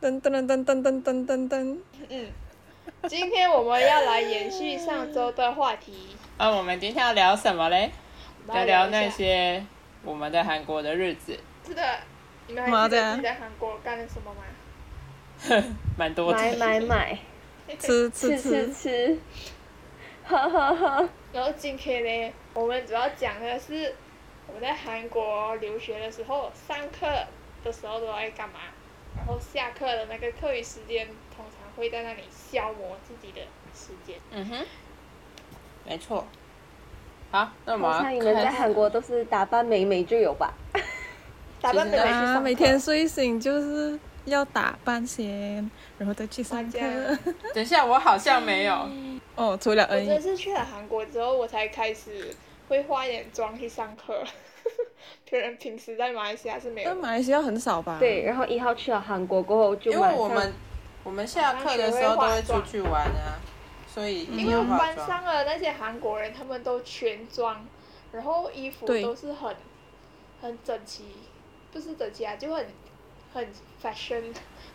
噔噔噔噔噔噔噔噔，嗯，今天我们要来延续上周的话题，啊，我们今天要聊什么嘞？我们聊要聊一那下。些我们在韩国的日子，是的，你们还妈记的得自己在韩国干了什么吗？蛮多的。买买买，吃吃吃吃吃，吃， 呵呵呵，然后今天呢，我们主要讲的是我在韩国留学的时候，上课的时候都在干嘛，然后下课的那个课余时间，通常会在那里消磨自己的时间。 嗯哼，没错。好，那我们我要想你们在开始韩国都是打扮美美就有吧？打扮美美去上啊，课，每天睡醒就是要打扮先，然后再去上课大。家等一下，我好像没有。哦，除了我而真已的，是去了韩国之后，我才开始会化一点妆去上课。 别人平时在马来西亚是没有但马来西亚很少吧？对，，然后一号去了韩国过后就因马为上我们我们下课的时候都会出去玩啊，所以一嗯因定为我要们化班嗯妆。上的那些韩国人，他们都全妆，然后衣服对都是很很整齐，不是整齐啊，就很很 fashion，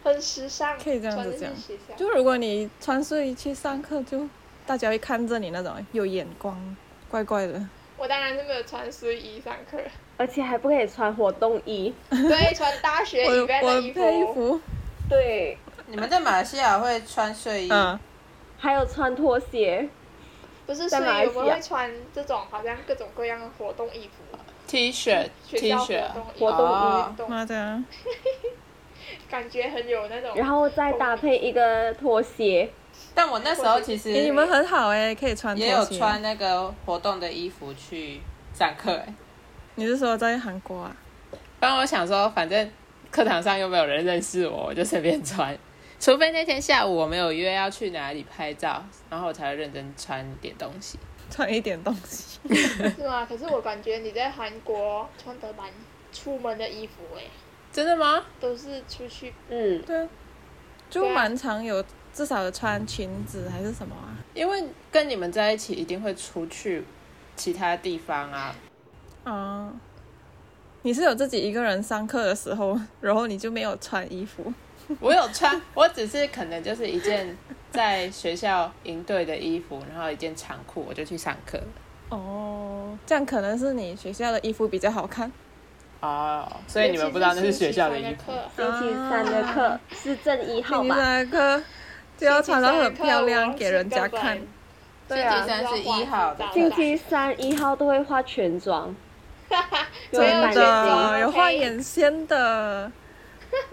很时尚，可以这样子穿着讲去学校。就如果你穿睡衣去上课，就大家会看着你那种有眼光，怪怪的。我当然是没有穿睡衣上课， 而且还不可以穿活动衣。对，穿大学我 event 我的衣配衣服，服，对，你们在马来西亚会穿睡衣？嗯，还有穿拖鞋。不是睡在马来衣，西亚我们啊会穿这种好像各种各样的活动衣服，啊 T 恤、学 T 校恤，活活动动衣、哦运动，妈的，感觉很有那种。然后再搭配一个拖鞋，但我那时候其实诶，你们很好哎、可以穿拖也鞋。有穿那个活动的衣服去上课、欸。你是说在韩国啊？但我想说，反正课堂上又没有人认识我，我就随便穿。除非那天下午我没有约要去哪里拍照，然后我才会认真穿点东西。穿一点东西，是吗？可是我感觉你在韩国穿得蛮出门的衣服欸诶、真的吗？都是出去嗯，对啊，就对啊蛮常有，至少有穿裙子还是什么啊？因为跟你们在一起一定会出去其他地方啊。哦，你是有自己一个人上课的时候，然后你就没有穿衣服，我有 穿，我只是可能就是一件在学校营队的衣服，然后一件长裤，我就去上课了。哦，这样可能是你学校的衣服比较好看。哦，所以你们不知道那是学校的衣服。尤星期三的啊课是正一号星期吧？三的课就其要是星穿期三的课，得很漂亮给人家看。对啊星期三是一号的啊啊星期三一号都会化全妆，没有真眼的的睛，有画，眼线的，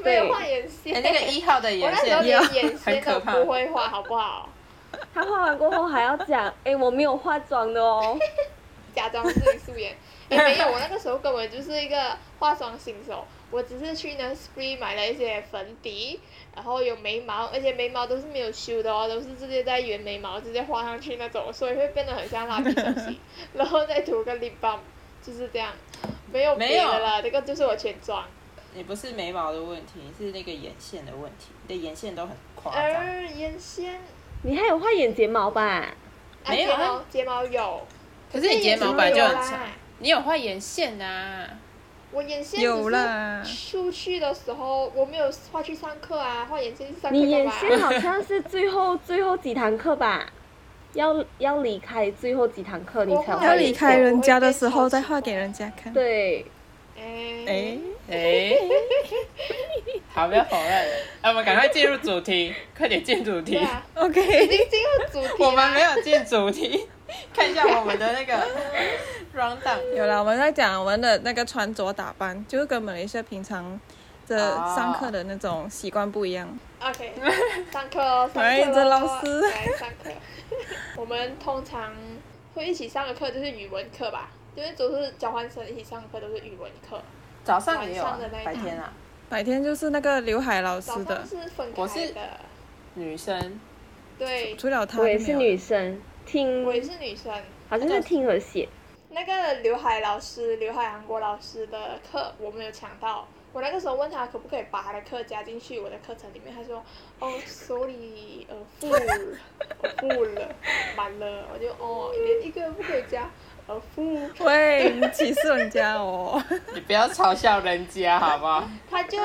没有画眼哎、线。那个一号的我眼那时候线，连眼 很线可都怕不会画，好不好？她化完过后还要 讲，哎，我没有化妆的哦。假装自己素 颜。哎、没有，我那个时候根本就是一个化妆新手，我只是去 Nursery 买了一些粉底，然后有眉毛，而且眉毛都是没有修的哦，都是直接在圆眉毛直接画上去那种，所以会变得很像蜡笔小 新，然后再涂个 lip balm，就是这样，没有别的了，这个就是我全妆。你不是眉毛的问题，是那个眼线的问题。你的眼线都很夸张。而呃眼线，你还有画眼睫毛吧？啊、没有睫啊毛，睫毛有，哎可是你睫毛本来就有啊很啦长，你有画眼 线啊？我眼线有只是啦，出去的时候我没有画去上课啊，画眼线去上课你干眼嘛？线好像是最后 最后几堂课吧，要要离开最后几堂课你才我会画要眼离线开人家的时候再画给人家看。对，哎、哎，哎、好，不要否认了。哎、我们赶快进入主题，快点进主题对。啊，已 OK，经进入主题了。我们没有进主题，看一下我们的那个 round down。有了，我们在讲我们的那个穿着打扮，就是跟马来西亚平常的哦上课的那种习惯不一样。 OK，上课哦，上哎课这咯老师来上课。 我们通常会一起上的课就是语文课吧，因为都是交换生一起上课都是语文课。早上也有、晚啊上的那一，白天啊，白天就是那个刘海老师早的上，是分我开是的，女生对，除了他我也是就没有女生，听我也是女生。好像是听和写，那个刘海老师，刘海韩国老师的课我没有抢到。我那个时候问他可不可以把他的课加进去我的课程里面，他说：“哦，sorry，呃，full，full 了，满了。”我就哦，连一个不可以加，而富，喂，你歧视人家哦！你不要嘲笑人家好不好？ 他就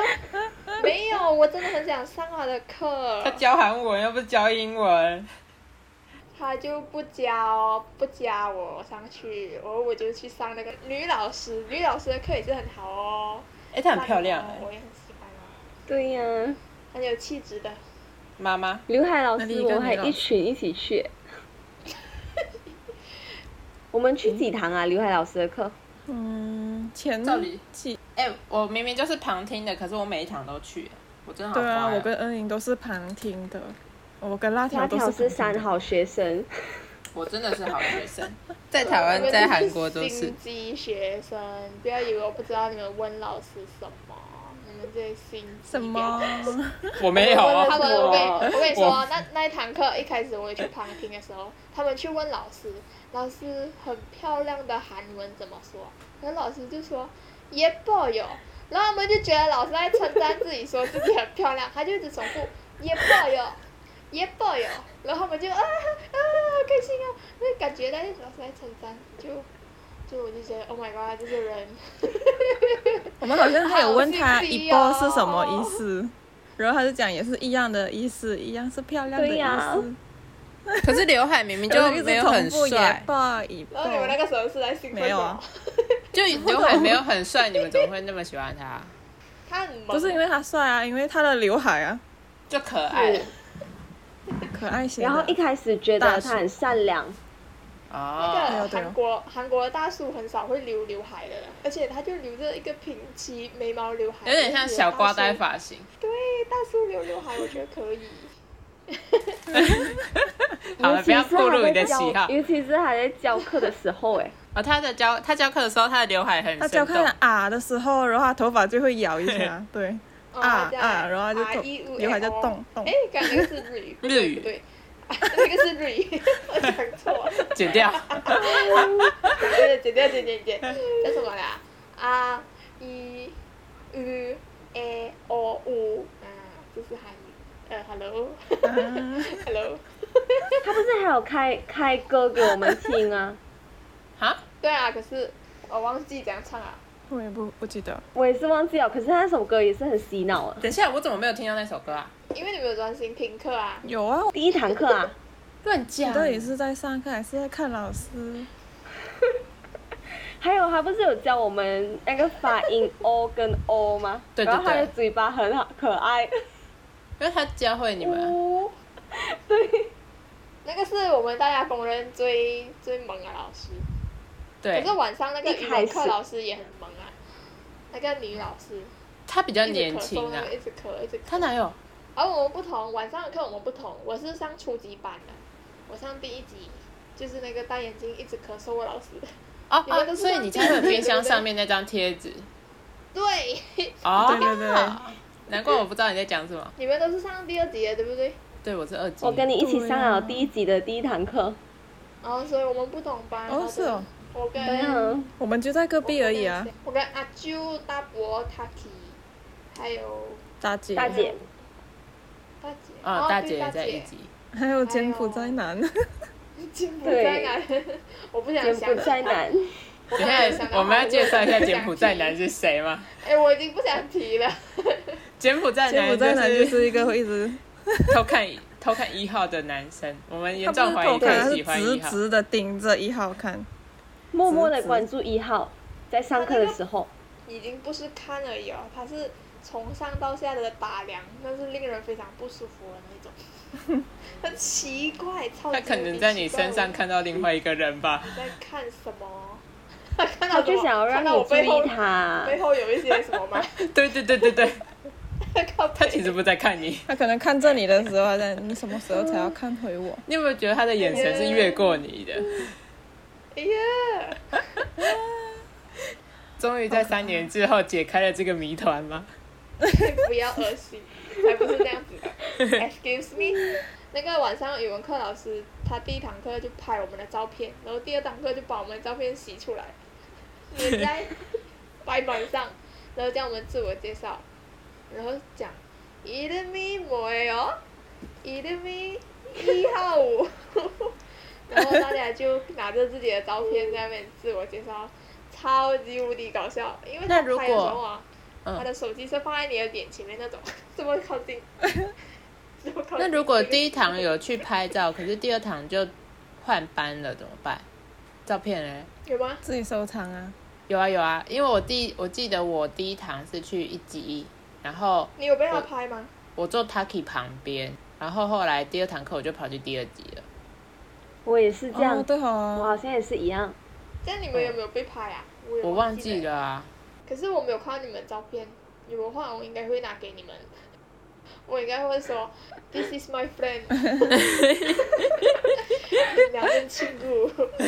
没有，我真的很想上他的课他，教韩文又不是教英文，他就不教不加我上去，然后我就去上那个女老师，女老师的课也是很好哦，哎、她很漂亮上哎、我也很喜欢哦，对呀、很有气质的。妈妈，刘海老那你师，跟我们还你老一群一起去。 我们去几堂啊？刘海老师的课，嗯，前照理几哎、我明明就是旁听的，可是我每一场都去，我真的好对啊，乖哦我跟恩莹都是旁听的，我跟辣条那都条是是旁三听的。好学生，我真的是好学生， 在台湾在韩国都是 心。机学生，不要以为我不知道你们问老师什么，你们这些心机什婊么？我没有啊他们，我跟你我我跟你我说，那那一堂课一开始我也去旁听的时候，他们去问老师，老师很漂亮的韩文怎么说？然后老师就说예뻐요，然后我们就觉得老师在称赞自己，说自己很漂亮，他就一直重复예뻐요，예뻐요，然后我们就啊啊好开心哦，那感觉那老师在称赞，就就我就觉得 Oh my God，这些人。我们好像还有问他好心一机波哦是什么意思，然后他就讲也是一样的意思，一样是漂亮的对意呀思，可是刘海明明就然后一没直有很重复也帅，罢一然后你们那罢。个时候是在兴奋没什有啊么？就刘海没有很帅，你们怎么会那么喜欢他？ 他很萌不是因为他帅啊，因为他的刘海啊，就可爱可爱型的。然后一开始觉大得叔他很善良，对哦，那哦对个哦韩国韩国的大叔很少会留刘海的，而且他就留着一个平齐眉毛刘海，有点像小瓜呆发。发型，对，大叔留刘海，我觉得可以。好了尤其是不要暴露你的还在教喜好尤其是还在教课的时候，哎，哦，他的教他教课的时候，他的刘海很他教生看动，啊的时候，然后他头发就会摇一 下，对，哦啊这样啊，然后他就啊动一五刘海就哎哦动动哎，感觉是 r 绿对， 啊那个是 r 我讲错了， 剪掉。对，剪掉剪剪剪，叫什么啦？啊一、u、a、o、u 啊，这是韩语。呃，hello，hello。 啊他不是还有开开歌给我们听啊？哈，对啊，可是我忘记怎样唱啊。我也不不记得。我也是忘记了，可是他那首歌也是很洗脑啊。等一下，我怎么没有听到那首歌啊？因为你没有专心听课啊，有啊，第一堂课啊，乱讲你到底是在上课还是在看老师？还有他不是有教我们那个发音 o 跟 o 吗？对对然后他的对嘴巴很好可爱， 因为他教会你们啊，哦，对，那个是我们大家公认最最萌的老师，可对是，晚上那个一语开文始课老师也很萌啊，那个女老师他比较一直年咳轻嗽，那啊个。一直咳一直他咳，哪有？而我们不同，晚上的课我们不同，我是上初级班的，我上第一级。就是那个戴眼镜一直咳嗽的老师， 哦你们哦，都是所以你家会有冰对箱对对上面那张贴纸对， 哦。对对对，难怪我不知道你在讲什么。你们都是上第二级的，对不对？对，我是二级。我跟你一起上对啊了第一集的第一堂课。然后所以我们不同班。哦是哦，我跟对啊，我们就在隔壁而已啊，我跟阿啾、大伯、塔奇，还有大姐，大姐，大姐。啊，哦大对姐也大在一级。还有柬埔寨男，柬埔对寨男， 我不想柬想埔寨男， 我刚等才一下想，到我们要介绍一下我不想柬埔寨提男。是谁吗？哎，我已经不想提了。 柬埔寨 柬埔寨男男就就是是一个会一直，偷看偷看一号的男生，我 们他严不重是怀疑偷看，他他喜欢是直一号。直的盯着一号看，默默的关注一号，在上课的时候，已经不是看而已哦，他是从上到下的打量，那是令人非常不舒服的那种。 很奇怪，超级他可能在你身上看到另外一个人吧。你在看什么？ 他看到他什么就想要让看到你我注背后意他。背后有一些什么吗？对对对对对，靠他背其实不在看你。他可能看着你的时候，他在你什么时候才要看回哦我？你有没有觉得他的眼神是越过你的？哎呀，终于在三年之后解开了这个谜团吗？ 不要恶心，才不是这样子的。Excuse me，那个晚上语文课老师，他第一堂课就拍我们的照片，然后第二堂课就把我们的照片洗出来，粘在白板上，然后叫我们自我介绍，然后讲一的咪我哟，一的咪一号五， 然后大家就拿着自己的照片在那边自我介绍，超级无敌搞笑。因为他那如拍的时果候啊，嗯他的手机是放在你的脸前面那种， 这么靠近，这么靠近。 那如果第一堂有去拍照，可是第二堂就换班了，怎么办？照片嘞？有吗？自己收藏啊。有啊有啊，因为我第我记得我第一堂是去一级，然后你有被他我拍吗？我坐 Taki 旁边，然后后来第二堂课我就跑去第二级了。我也是这样，哦，对我哦，好像也是一样。这样你们有没有被拍啊？我也哦我忘记了。了啊，可是我没有看到你们照片，有的话我应该会拿给你们，我应该会说 This is my friend，两边庆祝， 可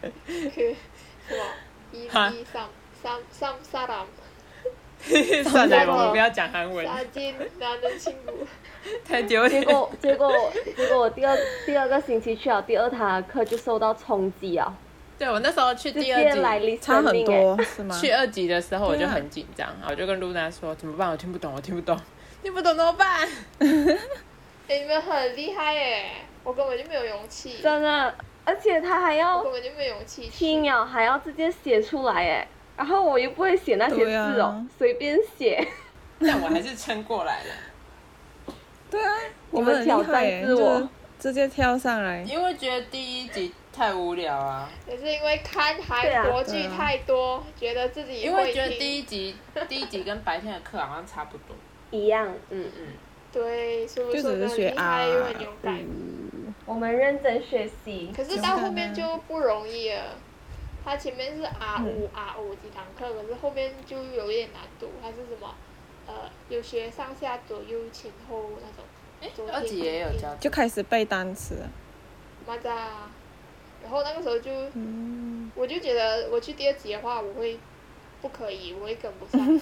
什么 E 一哈一三三三三郎， 算了了，我们不要讲韩文，三金两人庆祝，太丢结脸。果结果结果我第二第二个星期去了第二堂的课就受到冲击啊， 对我那时候去直第接来二级。临差生很命哎。多是吗？去二级的时候我就对啊很紧张，我就跟露娜说怎么办？我听不懂，我听不懂， 听不懂怎么办？哎、你们很厉害耶！我根本就没有勇气，真的，而且他还我要根本就没有勇气去。听啊，还要直接写出来哎，然后我又不会写那些对字哦啊，随便写。 但我还是撑过来了，对啊，你我们们很厉挑战害耶，自我就是直接跳上来。因为觉得第一集太无聊啊，也是因为看啊韩国剧太多，觉得自己因为会觉得听第一集第一集跟白天的课好像差不多。 一样，嗯嗯，对，是不就只是学啊嗯又很勇敢。我们认真学习。可是到后面啊就不容易了。他前面是啊 R 嗯五 R 五几堂课，可是后面就有一点难度，还是什么，呃，有学上下左右前后那种。左二级也有教，就开始背单词了，嘛的啊。然后那个时候就，嗯，我就觉得我去第二级的话，我会不可以，我会跟不 上，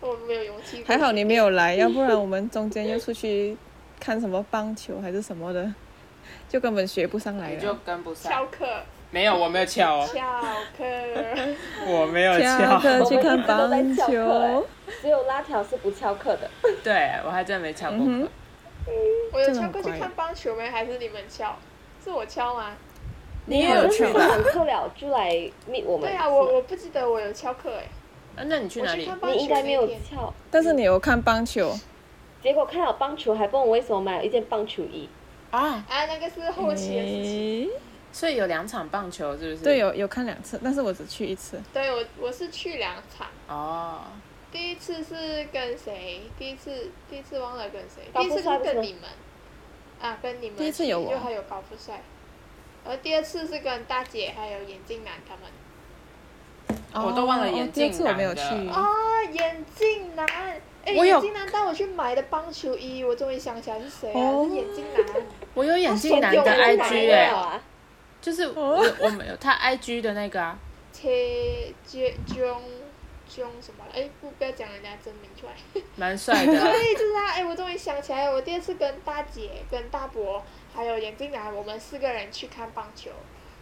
我没有勇气。还好你没有来，要不然我们中间又出去看什么棒球还是什么的， 就根本学不上来你就了。跟不上翘。课，没有，我没有翘啊哦，翘 课。我没有翘课我去们看一直都在棒翘课球，哎只有辣条是不翘课的。对我还真没翘过课。嗯哼我有真的翘很过去乖看棒球没？还是你们翘？是我翘吗？ 你也好有像是去上吧？完课了就来 meet 我们。对啊，我我不记得我有翘课哎。啊那你去我哪去里看？是棒吗球你应该没有那天翘，但是你有看棒球，结果看了棒球，还问我为什么买了一件棒球衣。啊，啊，那个是后期的事诶情。所以有两场棒球是不是？对，有有看两次，但是我只去一次。对我我是去两场，哦，第一次是跟谁？第一次第一次忘了跟谁，高第一富次帅是不是跟你们，啊，跟你们去。第一次有哦我就还有高富帅，然后第二次是跟大姐还有眼镜男他们。我都忘了哦眼第二镜次我没有去 男的，啊、眼镜男，哎，我有眼镜男带我去买的棒球衣，我终于想起来是谁啊？哦是眼镜男。我有眼镜男的他手机有 IG 哎、我啊，就是哦我我没有他 IG 的那个啊，切切中中什么？哎，不，不要讲人家真名出来。蛮帅的 啊、对，就是他。哎，我终于想起来了，我第二次跟大姐、跟大伯还有眼镜男，我们四个人去看棒球，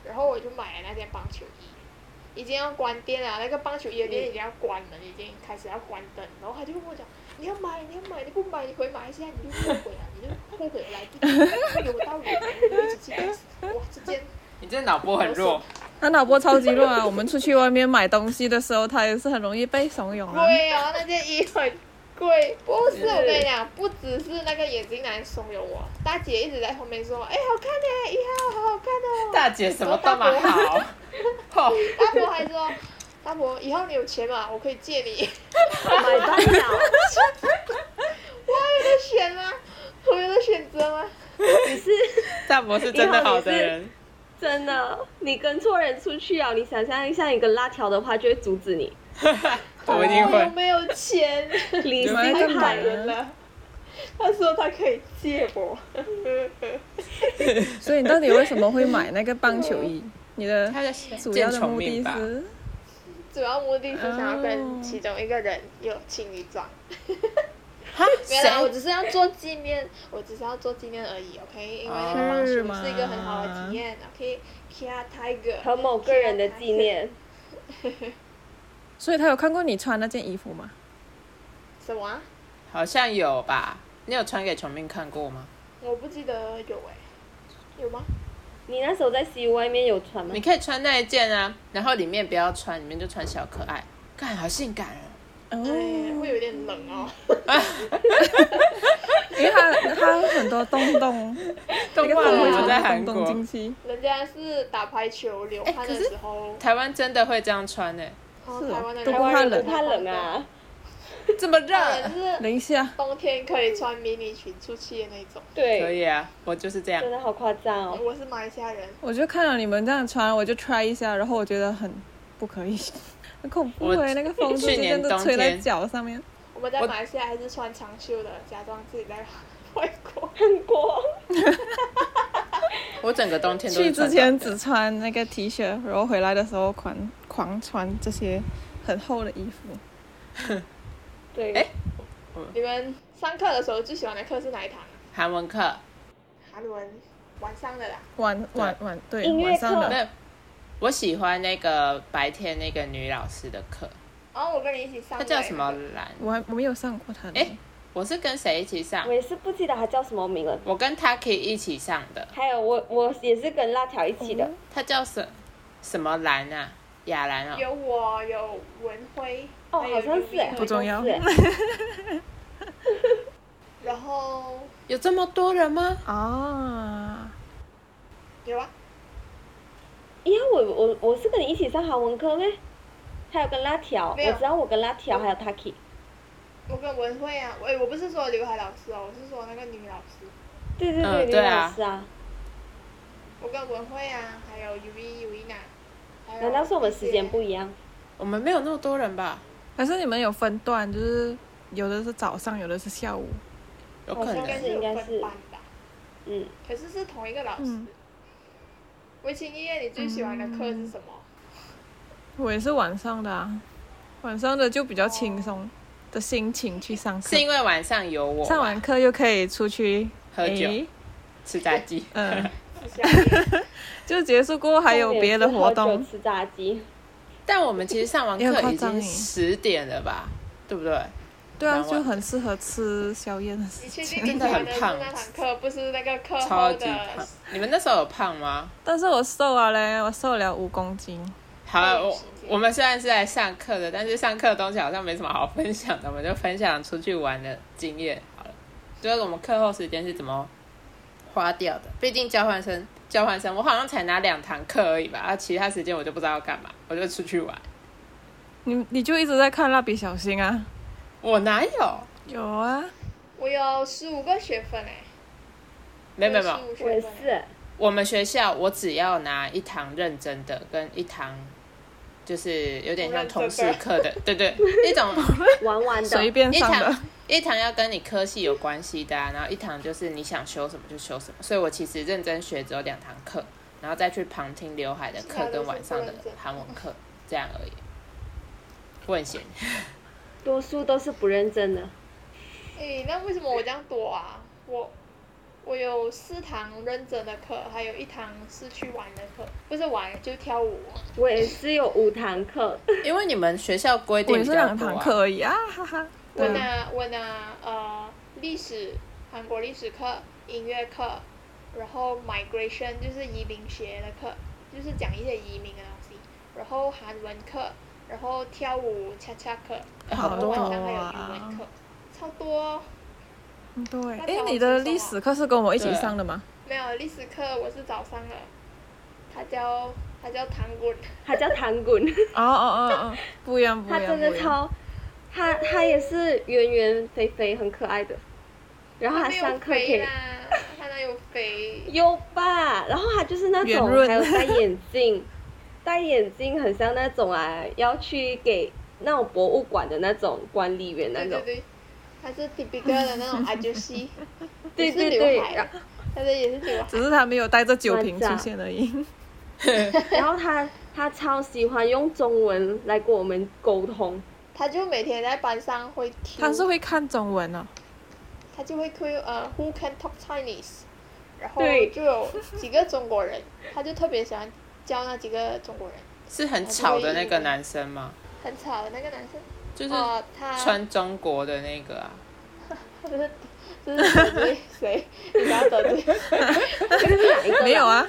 然后我就买了那件棒球衣，已经要关店了，那个棒球衣的店已经要关门，已经开始要关灯，然后他就跟我讲，你要买，你要买，你不买，你回马来西亚你就后悔了，你就后悔来不及，有道理，我一起去。哇，这件你这脑波很弱，他脑波超级弱啊！我们出去外面买东西的时候，他也是很容易被怂恿啊。贵哦，那件衣很贵。不是，我跟你讲，不只是那个眼镜男怂恿我，大姐一直在后面说，哎，好看呢，一号好好看 哦。大姐什么都蛮好， 哦，大伯还说，大伯以后你有钱嘛，我可以借你。 买到了。我有得选吗？我有得选择吗？你是大伯是真的好的人，真的，你跟错人出去啊！你想象一下，你跟辣条的话就会阻止你，我一定我会又。没有钱，你理性们在干嘛派害人了。他说他可以借我，所以你到底为什么会买那个棒球衣？你 的他的主要见的穷目命的吧？是？主要目的是想要跟哦其中一个人有情侣装。哈，没有啦，我谁？只是要做纪念，我只是要做纪念而已，OK？因为那个棒是球吗是一个很好的体验，OK？Kia Tiger 和某个人的纪，念。所以他有看过你穿那件衣服吗？什么啊？好像有吧？你有传给穷命看过吗？欸我不记得有哎、有吗？你那时候在西屋外面有穿吗你？可以穿那一件啊，然后里面不要穿，里面就穿小可爱，看好性感啊！哦，哎，会有点冷哦。 因为它它很多洞洞， 动那个洞漫会我从在那韩个洞洞进国，去。人家是打排球流汗的时候，台湾真的会这样穿呢、哦是哦台湾的都流台不湾怕人冷不怕冷啊，这么台湾热，人是零下，冬天可以穿迷你裙出去的那种。可对，以啊，我就是这样真。的好夸张哦。我是马来西亚人，我就看到你们这样穿，我就 try 一下，然后我觉得很不可 以，很恐怖我哎、那个风直去接年都冬吹在天脚上面。我们在我马来西亚还是穿长袖的，假装自己在外国。韩国，我整个冬天都去是之穿前短只穿那个 T 恤，然后回来的时候狂狂穿这些很厚的衣服。对，哎你们上课的时候最喜欢的课是哪一堂啊？韩文课，韩文晚上的啦。晚晚晚对音乐晚上课的没有，我喜欢那个白天那个女老师的课，然哦后我跟你一起上她的。叫什么兰？我还我没有上过他的。哎我是跟谁一起上我？也是不记得他叫什么名了。我跟 Taki 一起上的，还有我，我也是跟辣条一起的，她叫什什么兰啊？雅兰哦，有我有文辉哦，还有好像陆是哎，毅不重要好像是哎然后有这么多人吗？啊，有啊，因为我我我是跟你一起上韩文科咩？还有跟辣条，没有我知道我跟辣条还有 Taki，我跟文慧啊，我我不是说刘海老师哦，我是说那个女老师，对对嗯对，女对老啊师啊。我跟文慧啊，还有 U V U 一娜，还有难道是我们时间不一样？我们没有那么多人吧？还是你们有分段，就是有的是早上，有的是下午。有可好应像该能是是有分班吧，嗯，可是是同一个老师。嗯微青音乐你最喜欢的课是什么？我也是晚上的啊，晚上的就比较轻松的哦心情去上课是，因为晚上有我上完课又可以出去喝酒诶吃炸鸡，嗯， 是夏令营就结束过后还有别的活重点动是喝酒，吃炸鸡，但我们其实上完也很课夸已张经欸十点了吧，对不对？对啊，蛮晚的就很适合吃宵夜的你事确情。定你喜欢的是那堂课，不是那个课超后级的胖？。你们那时候有胖吗？但是我瘦了嘞，我瘦了五公斤。好啊，嗯我我们虽然是来上课的，但是上课的东西好像没什么好分享的，我们就分享出去玩的经验好了。就是我们课后时间是怎么花掉的？毕竟交换生，交换生我好像才拿两堂课而已吧，啊，其他时间我就不知道要干嘛，我就出去玩。你你就一直在看蜡笔小新啊？我哪有？有啊，我有十五个学分哎、没有没有没有， 15学我也分是。我们学校我只要拿一堂认真的跟一堂，就是有点像通识课的，对对，一种玩玩的，随便一上的堂。一堂要跟你科系有关系的、啊，然后一堂就是你想修什么就修什么。所以我其实认真学只有两堂课，然后再去旁听刘海的课跟晚上的韩文课这样而已。我很闲，多数都是不认真的。诶，那为什么我这样多啊？我我有四堂认真的课，还有一堂是去玩的课，不是玩就跳舞。我也是有五堂课，因为你们学校规我定也比是较两多、堂啊。课而已啊，哈哈。我对嗯啊，拿我拿呃历史、韩国历史课、音乐课，然后 migration 就是移民学的课，就是讲一些移民的东西，然后韩文课，然后跳舞恰恰课，然好后多晚上还有啊语。文哦课，超多哦、对，那哎早，你的上是什历么史课是跟我一起对上的吗？没有历史课我是早上的，他叫他叫唐滚。他叫唐滚，哦哦哦哦，不一样不一他样。真的不一样超，他他也是圆圆肥肥，很可爱的。然后他他没有上课可肥以啦，他哪有肥？有吧，然后他就是那圆种润还有戴眼镜， 戴眼镜很像那种啊，要去给那种博物馆的那种管理员那对对种。对，他是 typical 的那种阿九西，对也是对刘对，海然的，他的也是刘海。只是他没有带着酒瓶算出账现而已。 然后他他超喜欢用中文来跟我们沟通，他就每天在班上会 Q，他是会看中文哦。他就会 Q 呃 Who can talk Chinese，然后对就有几个中国人，他就特别喜欢教那几个中国人，是很吵的那个男生吗？很吵的那个男生。就是哦，他穿中国的那个啊。他就是就是得罪谁？你不要得罪。就是哪一个啦 没有？啊，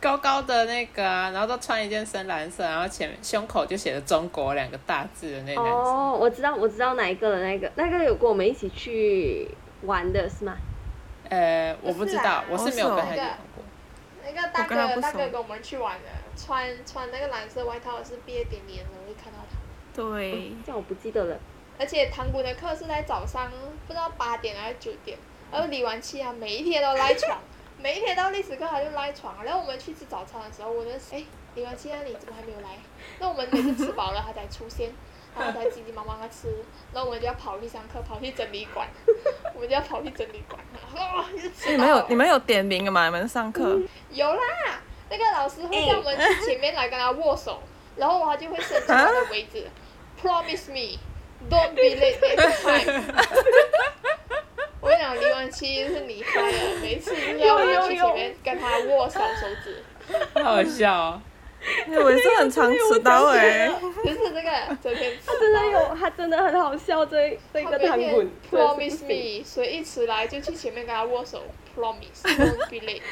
高高的那个啊，然后都穿一件深蓝色，然后前面胸口就写着“中国”两个大字的那男生。哦，我知道，我知道哪一个了，那个那个有跟我们一起去玩的是吗？呃，我不知道，不我是啊是没有跟他我一是起哦玩过。那个大我跟他哥不大熟哥跟我们去玩的，穿穿那个蓝色外套的是毕业典礼的时候会看到他，对，哦这样我不记得了。而且唐古的课是在早上，不知道八点还是九点，然后李晚期啊，每一天都赖 床，每一天到历史课他就赖床，然后我们去吃早餐的时候，我就哎李晚期啊，你怎么还没有来？那我们每次吃饱了他才出现。然后他急急忙忙的吃，然后我们就要跑去上课，跑去整理馆， 我们就要跑去整理馆， 啊、就吃你饱们有了你们有点名的吗？你们上课？有啦，那个老师会叫我们去前面来跟他握手，然后他就会伸出他的尾指，Promise me, don't be late next time。我跟你讲，李文七是厉害了，每次就是要我们去前面跟他握手手指，好好笑哦！我也是很常迟到哎、就是这个整天他真的有，他真的很好笑，这这他个每糖天 滚。 Promise 哦真的是不行 me，所以一迟来就去前面跟他握手，Promise don't be late。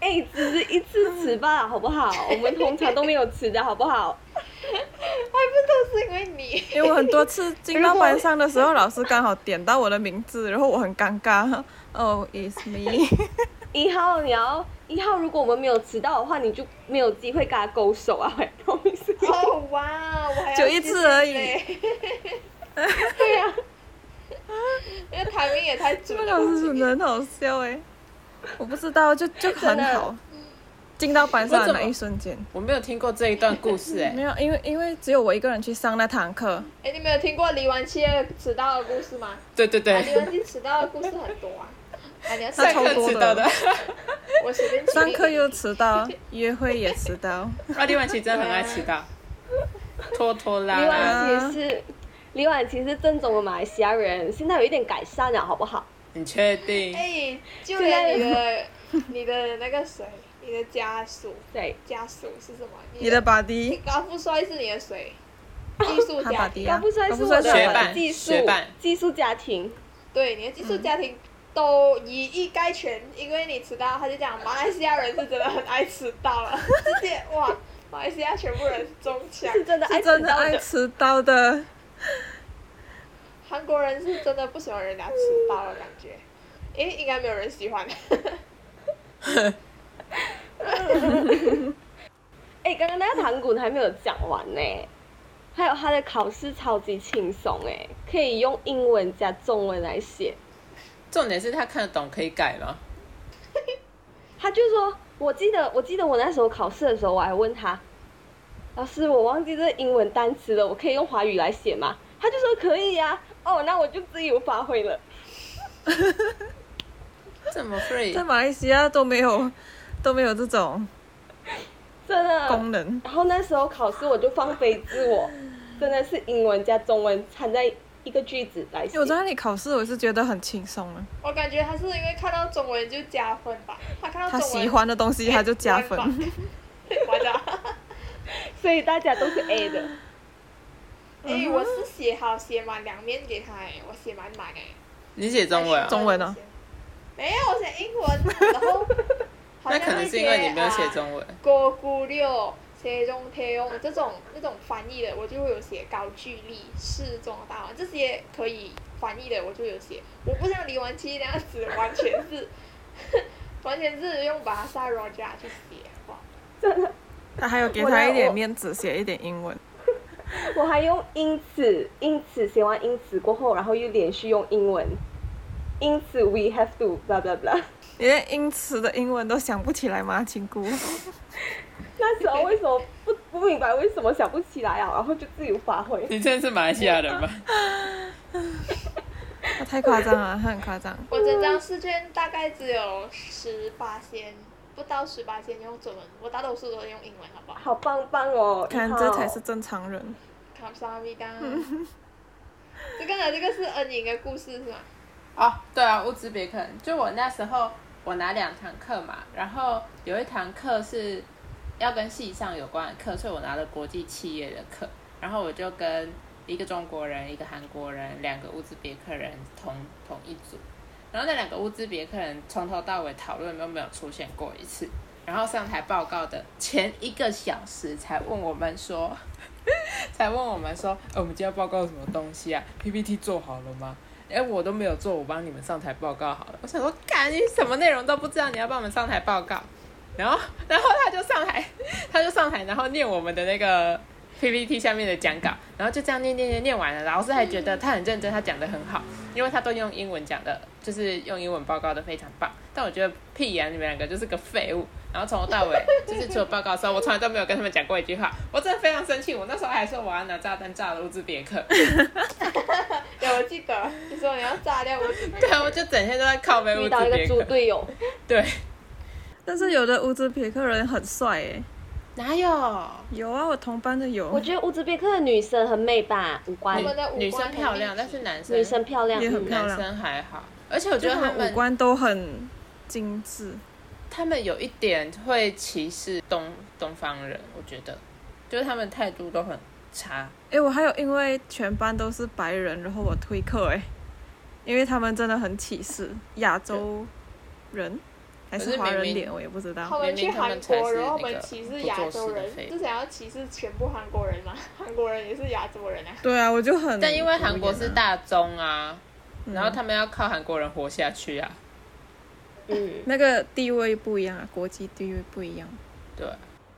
哎，只是一次吃吧，好不 好？我们通常都没有吃的好不好？还不都是因为你？因为我很多次进到班上的时候，老师刚好点到我的名字，然后我很尴尬。 哦、i s me。一号你要一号，如果我们没有迟到的话，你就没有机会跟他勾手啊！我 promise you 哦哇，我还要就一次而已谢谢对呀、那个排名也太准那了个吧。老师真的很好笑哎、 我不知道，就就欸真很的好。进到班上的我怎么那一瞬间，我没有听过这一段故事哎 没，有，因为因为只有我一个人去上那堂 课，哎，你们有听过李纨七的迟到的故事吗？对对啊，李纨对，七迟到的故事很多啊。啊，你要上他上超课多迟的到 的，我随便举例上课又迟到，约会也迟 到。啊，李婉琪真的很爱迟 到，拖拖拉李拉。婉琪是李婉琪是正宗的马来西亚人，现在有一点改善了，好不好？你确定？哎，就连你的你的那个谁，你的家属，对，家属是什么？你的 body 高富帅是你的谁？技术他家 body 庭，啊要不算是我要不算是学的伴技术学伴技术家庭，对，你的技术家庭都以一概全，因为你迟到，他就讲马来西亚人是真的很爱迟到了，直接哇，马来西亚全部人中枪。是真的是爱迟真的哎到爱的。迟到的。韩国人是真的不喜欢人家迟到的感觉，因为应该没有人喜欢。哎，刚刚那个糖滚还没有讲完呢，还有他的考试超级轻松哎，可以用英文加中文来写。 重点是他看得懂可以改吗？他就说，我记得，我记得我那时候考试的时候，我还问他，老师，我忘记这英文单词了，我可以用华语来写吗？他就说可以呀、哦，那我就自由发挥了。这么在 free，马来西亚都没有都没有这种真功的。能，然后那时候考试我就放飞自 我，真的是英文加中文掺在一个句子来因写为我。在那里考试，我是觉得很轻松啊了。我感觉他是因为看到中文就加分吧，他看他到中文喜欢的东西他就加分。哎。我的，所以大家都是 A 的。哎、我是写好写满两面给他、哎，我写满满哎。你写中文啊？中文啊没有，我写英文，然后好那像可能是因为你没有写文。中文。高估啊六、写中贴用这种那种翻译的，我就会有写高句丽、适中大王这些可以翻译的，我就有写。我不像李文七那样子，完全是 完全是用巴萨罗加去写。哇他还有给他一点面子，写一点英文。我还用因此，因此写完因此过后，然后又连续用英文。因此，we have to blah blah blah。 你连英词的英文都想不起来吗，亲姑？那时候为什么不不明白为什么想不起来啊？然后就自由发挥。你真的是马来西亚人吗？他太夸张了，他很夸张。我整张试卷大概只有十八仙，不到十八仙用中文，我大多数都是用英文，好不好？好棒棒哦！看一号这才是正常人。卡萨米啊达，嗯这个呢，这个是恩颖的故事是吗？哦，对啊，乌兹别克人。就我那时候，我拿两堂课嘛，然后有一堂课是要跟系上有关的课，所以我拿了国际企业的课，然后我就跟一个中国人、一个韩国人、两个乌兹别克人同同一组，然后那两个乌兹别克人从头到尾讨论都没有出现过一次，然后上台报告的前一个小时才问我们说， 才问我们说，呃，我们今天要报告什么东西啊？PPT 做好了吗？哎，我都没有做，我帮你们上台报告好了。我想说，干你什么内容都不知道，你要帮我们上台报告？然后，然后他就上台， 他就上台，然后念我们的那个 PPT 下面的讲稿，然后就这样念念念念完了。老师还觉得他很认真，他讲的很好，因为他都用英文讲的，就是用英文报告的非常棒。但我觉得屁呀、你们两个就是个废物。然后从头到尾，就是除了报告的时候，我从来都没有跟他们讲过一句话。我真的非常生气，我那时候还说我要拿炸弹炸了乌兹别克。 对，我记得你说你要炸掉我准备对，我就整天都在靠背乌遇兹到一个别猪 克。队友，对，但是有的乌兹别克人很帅诶，哪有？有啊，我同班的有，我觉得乌兹别克的女生很美吧，五官他们的五官女生很漂亮，立但体是男生女生漂亮，嗯也很嗯漂男亮生还好。而且我就觉得他他们们五官都很精致，他们有一点会歧视东东方人，我觉得，就是他们态度都很差。诶，我还有因为全班都是白人，然后我退课诶，因为他们真的很歧视亚洲人还可是是华人明明脸，我也不知他道。们去韩明明他们才国，是然后我那们个歧视亚洲不做人事的废，物是想要歧视全部韩国人吗？啊 韩国人也是亚洲人啊。对啊，我就很无言啊。但因为韩国是大宗啊，嗯，然后他们要靠韩国人活下去啊。嗯，那个地位不一样啊，国际地位不一样。对，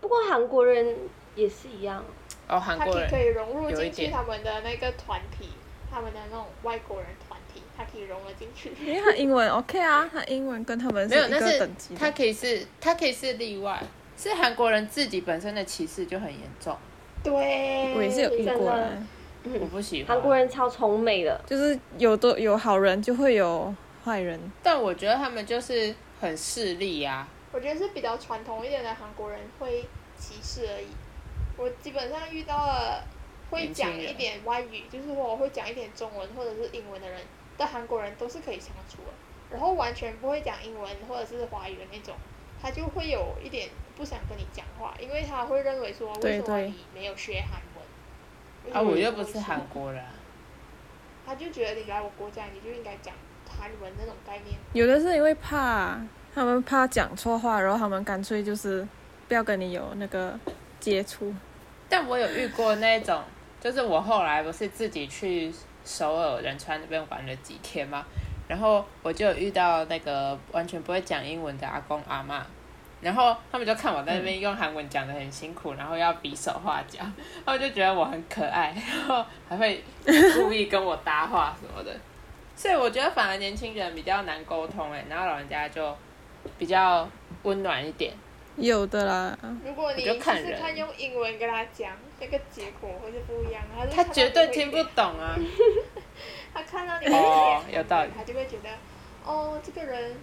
不过韩国人也是一样，哦，韩他国可以可人以融入有一进去点他们的那个团体，他们的那种外国人团体，他可以融了进去。因为他英文 OK 啊，他英文跟他们是没有，一但个是等级他的。可以是他可以是例外，是韩国人自己本身的歧视就很严重，对，我也是有遇过啊真的的，我嗯，不喜欢韩国。人超崇美的，就是有多有好人就会有坏人，但我觉得他们就是很势利啊，我觉得是比较传统一点的韩国人会歧视而已。我基本上遇到了会年轻讲人一点外语，就是我会讲一点中文或者是英文的人，但韩国人都是可以相处的。然后完全不会讲英文或者是华语的那种，他就会有一点不想跟你讲话，因为他会认为说为对什么对你没有学韩文？为什啊，么我你又会不是说韩国人啊，他就觉得你来我国家，你就应该讲韩文那种概念。有的是因为怕他们怕讲错话，然后他们干脆就是不要跟你有那个接触。但我有遇过那种，就是我后来不是自己去首尔仁川那边玩了几天嘛，然后我就有遇到那个完全不会讲英文的阿公阿嬷，然后他们就看我在那边用韩文讲的很辛苦，然后要比手画脚，他们就觉得我很可爱，然后还会故意跟我搭话什么的，所以我觉得反而年轻人比较难沟通哎、然后老人家就比较温暖一点，有的啦，如果你我就看试试人看用英文跟他讲，那个结果会是不一样的。他是他看到绝你对会听不点懂啊。他看到你哦会点有道理他就会觉得，哦，这个人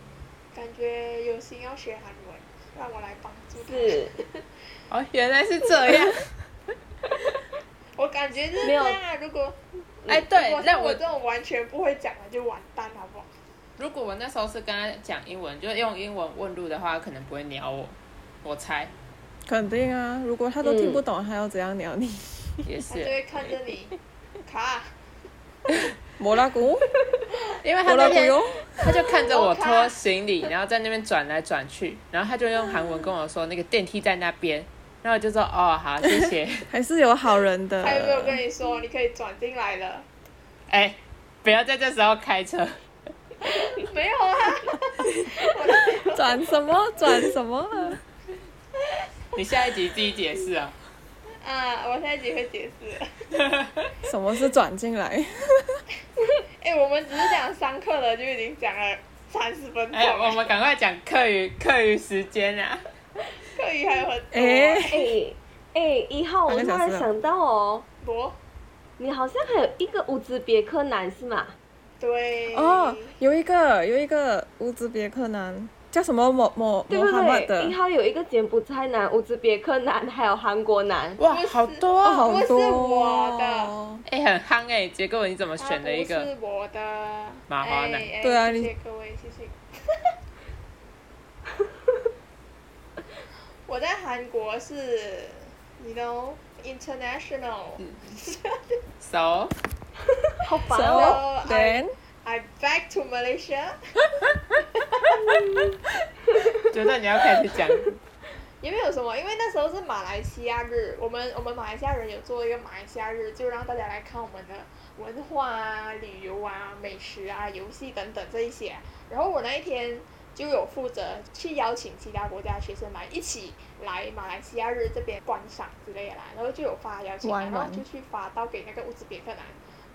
感觉有心要学韩文，让我来帮助他。 是哦，原来是这样。我感觉就是这没有样啊。如果 哎，如对果，那像我我这种完全不会讲的，就完蛋，好不好？如果我那时候是跟他讲英文，就是用英文问路的话，他可能不会鸟我，我猜肯定啊。如果他都听不懂，还要怎样鸟你？也，他就是会看着你， 卡，摩拉古，因为他摩那拉古天哟，他就看着我拖行李，然后在那边转来转去，然后他就用韩文跟我说那个电梯在那边，然后我就说哦好，谢 谢，还是有好人的。呃他有没有跟你说你可以转进来 了？哎，不要在这时候开车，没有啊，我的转什么转什么啊？你下一集自己解释啊。啊，我下一集会解释。什么是转进来？哎、我们只是讲上课的，就已经讲了三十分钟哎，我了，们赶快讲课余课余时间啊，课余还有很多。啊哎、哎哎，一号，我半突个小时然了想到哦，我你好像还有一个乌兹别克男是吗？对哦，有一个有一个乌兹别克男叫什么某某对某不哈马对？的一，号有一个柬埔寨男、乌兹别克男，还有韩国男。哇不，是好多哦，哦，好不多是我哦的。哎，很夯哎，结果你怎么他选了一不个？是我的麻花男哎哎对啊谢你谢各位，谢 谢。我在韩国是，you know international、Hmm. So，好烦 So- 哦！ So Then I I back to Malaysia 觉得你要开始讲也没有什么，因为那时候是马来西亚日，我们我们马来西亚人有做一个马来西亚日，就让大家来看我们的文化啊、旅游啊、美食啊、游戏等等这一些。然后我那一天就有负责去邀请其他国家的学生来一起来马来西亚日这边观赏之类的啦，然后就有发邀请玩函，然后玩就去发到给那个乌兹别克男，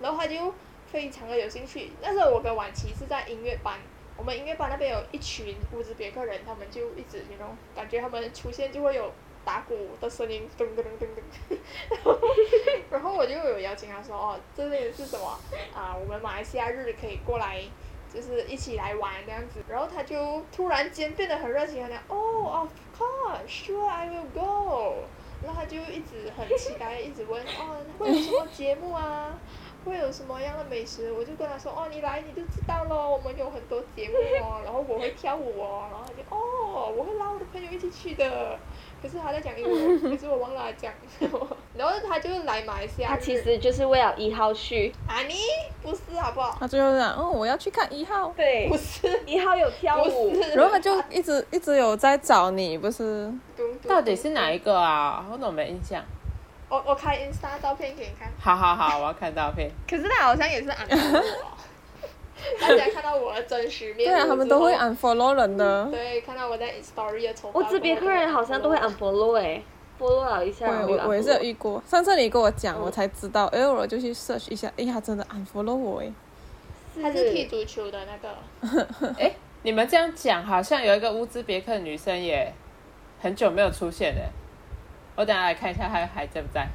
然后他就非常的有兴趣。那时候我跟婉琪是在音乐班，我们音乐班那边有一群乌兹别克人，他们就一直那种感觉他们出现就会有打鼓的声音，噔噔噔噔噔。然后然后我就有邀请他说，哦，这里是什么啊？我们马来西亚日可以过来。就是一起来玩这样子，然后他就突然间变得很热情，他讲，Oh, of course, sure, I will go。然后他就一直很期待，一直问，哦，会有什么节目啊？会有什么样的美食？我就跟他说，哦，你来你就知道咯，我们有很多节目哦，然后我会跳舞哦，然后他就，哦，我会拉我的朋友一起去的。可是他在讲英文， 可是我忘了他讲什么。然后他就来马来西亚他日，其实就是为了一号去，啊你不是好不好？他最后讲，哦，我要去看一号，对不，是，一号有跳不舞，是。然后他就一直一直有在找你，不是？嘟嘟到底是哪嘟一个啊？我怎么没印象？我我开 Insta 照片给你看，好好好，我要看照片。可是他好像也是 unfollow 我，大家看到我的真实面对目啊，他们都会之后 unfollow 人的。对，看到我在 Story 的头发，我这边客人好像都会 unfollow 哎、f o l l o w 了一下，然我后又我我也是有 unfollow 遇过，上次你跟我讲，嗯我才知道，哎，我就去 search 一下，哎，他真的 unfollow 我 哎，他是踢足球的那个，哎，你们这样讲，好像有一个乌兹别克女生也很久没有出现了。我等下来看一下她还在不在。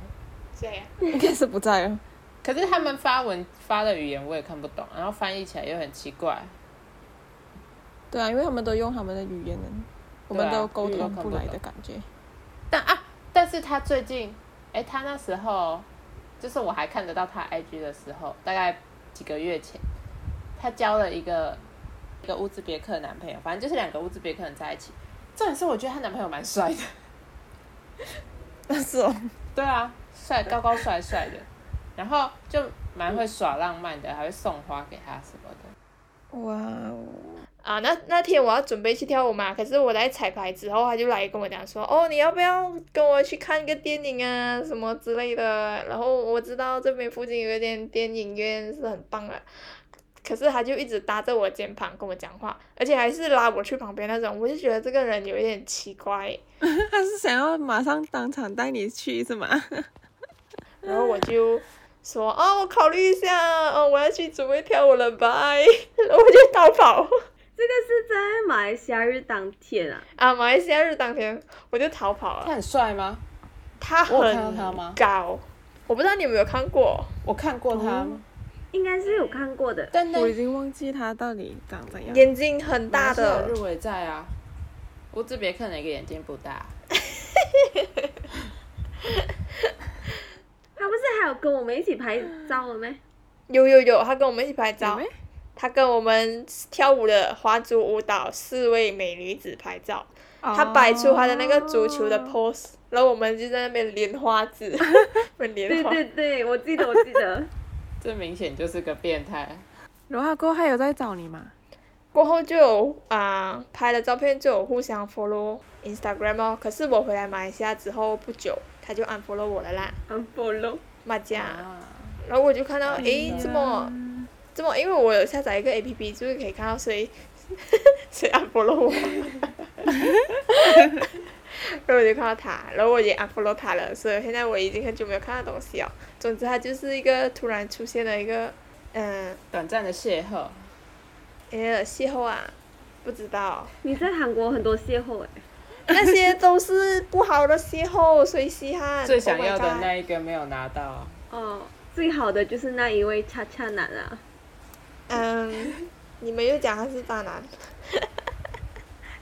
谁啊？应该是不在了。可是他们发文发的语言我也看不懂，然后翻译起来又很奇怪，对啊，因为他们都用他们的语言呢，我对啊们都沟嗯通看不不来的懂感觉。但啊，但是他最近，哎，他那时候就是我还看得到他 IG 的时候，大概几个月前，他交了一个一个乌兹别克男朋友，反正就是两个乌兹别克人在一起。重点是我觉得她男朋友蛮帅的，但是哦， 对啊，帅高高帅帅的，然后就蛮会耍浪漫的，还会送花给她什么的。哇哦，啊，那那天我要准备去跳舞嘛，可是我在彩排之后，他就来跟我讲说，哦，你要不要跟我去看个电影啊，什么之类的。然后我知道这边附近有一间电影院是很棒的，啊可是他就一直搭着我肩膀跟我讲话，而且还是拉我去旁边那种，我就觉得这个人有一点奇怪。他是想要马上当场带你去是吗？然后我就说，哦，我考虑一下，哦，我要去准备跳舞了，拜。 然后我就逃跑。这个是在马来西亚日当天啊，啊，马来西亚日当天我就逃跑了他。很帅吗？他很我有看到他吗高，我不知道你有没有看过，我看过他，嗯哦应该是有看过的。但那我已经忘记他到底长怎样。眼睛很大的入围在啊，乌兹别克哪个眼睛不大？他不是还有跟我们一起拍照了咩？有有有，他跟我们一起拍照有咩，他跟我们跳舞的华族舞蹈四位美女子拍照，哦他摆出他的那个足球 哦的 pose，然后我们就在那边莲花指，我们对莲花，对对，我记得我记得， 这明显就是个变态。然后他过后还有在找你吗？过后就有啊、拍了照片就有互相 follow Instagram 哦，可是我回来马来西亚之后不久，他就 unfollow 我了啦，很 follow。马甲，啊，哎然后我就看到诶，呀怎么？这么，因为我有下载一个 A P P，就是可以看到谁 谁 unfollow 我，然后我就看到他，然后我也 unfollow 他了，所以现在我已经很久没有看到东西了。总之，他就是一个突然出现的一个，嗯，短暂的邂逅，呃，邂逅啊，不知 道，你在韩国很多邂逅哎、那些都是不好的邂逅，谁稀罕？最想要 Oh 的 my god 那一个没有拿到。哦，最好的就是那一位恰恰男啊，嗯，你们又讲他是渣男，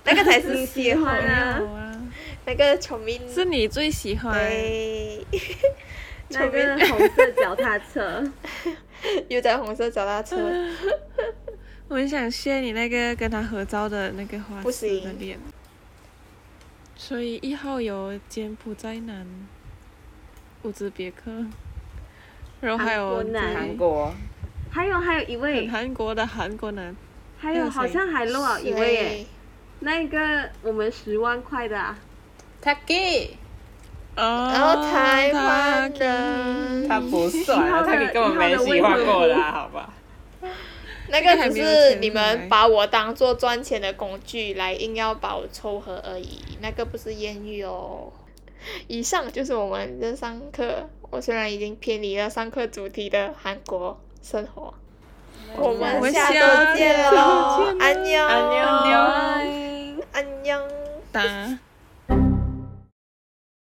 那个才是你喜邂欢逅，啊，啊， 那个哎球迷是你最喜欢。对。哎那个红色脚 踏车，又在红色脚踏车， 我很想谢你那个跟他合照的那个花不痴行的脸。所以一号有柬埔寨男、乌兹别克，然后还有韩国男在韩国，还有还有一位，韩国的韩国男，啊还有好像还漏了一位哎、谁那个我们十万块的啊，他 gay，哦，然后哦台湾他人，不算以后的啊，他根本没喜欢过啦，好吧？那这个个还只没有哎钱是你买们把我当做赚钱的工具来硬要把我撮合而已，那个不是艳遇哦。以上就是我们这上课，我虽然已经偏离了上课主题的韩国生活，我我们们下下周见周喽见，安妞，安妞。哦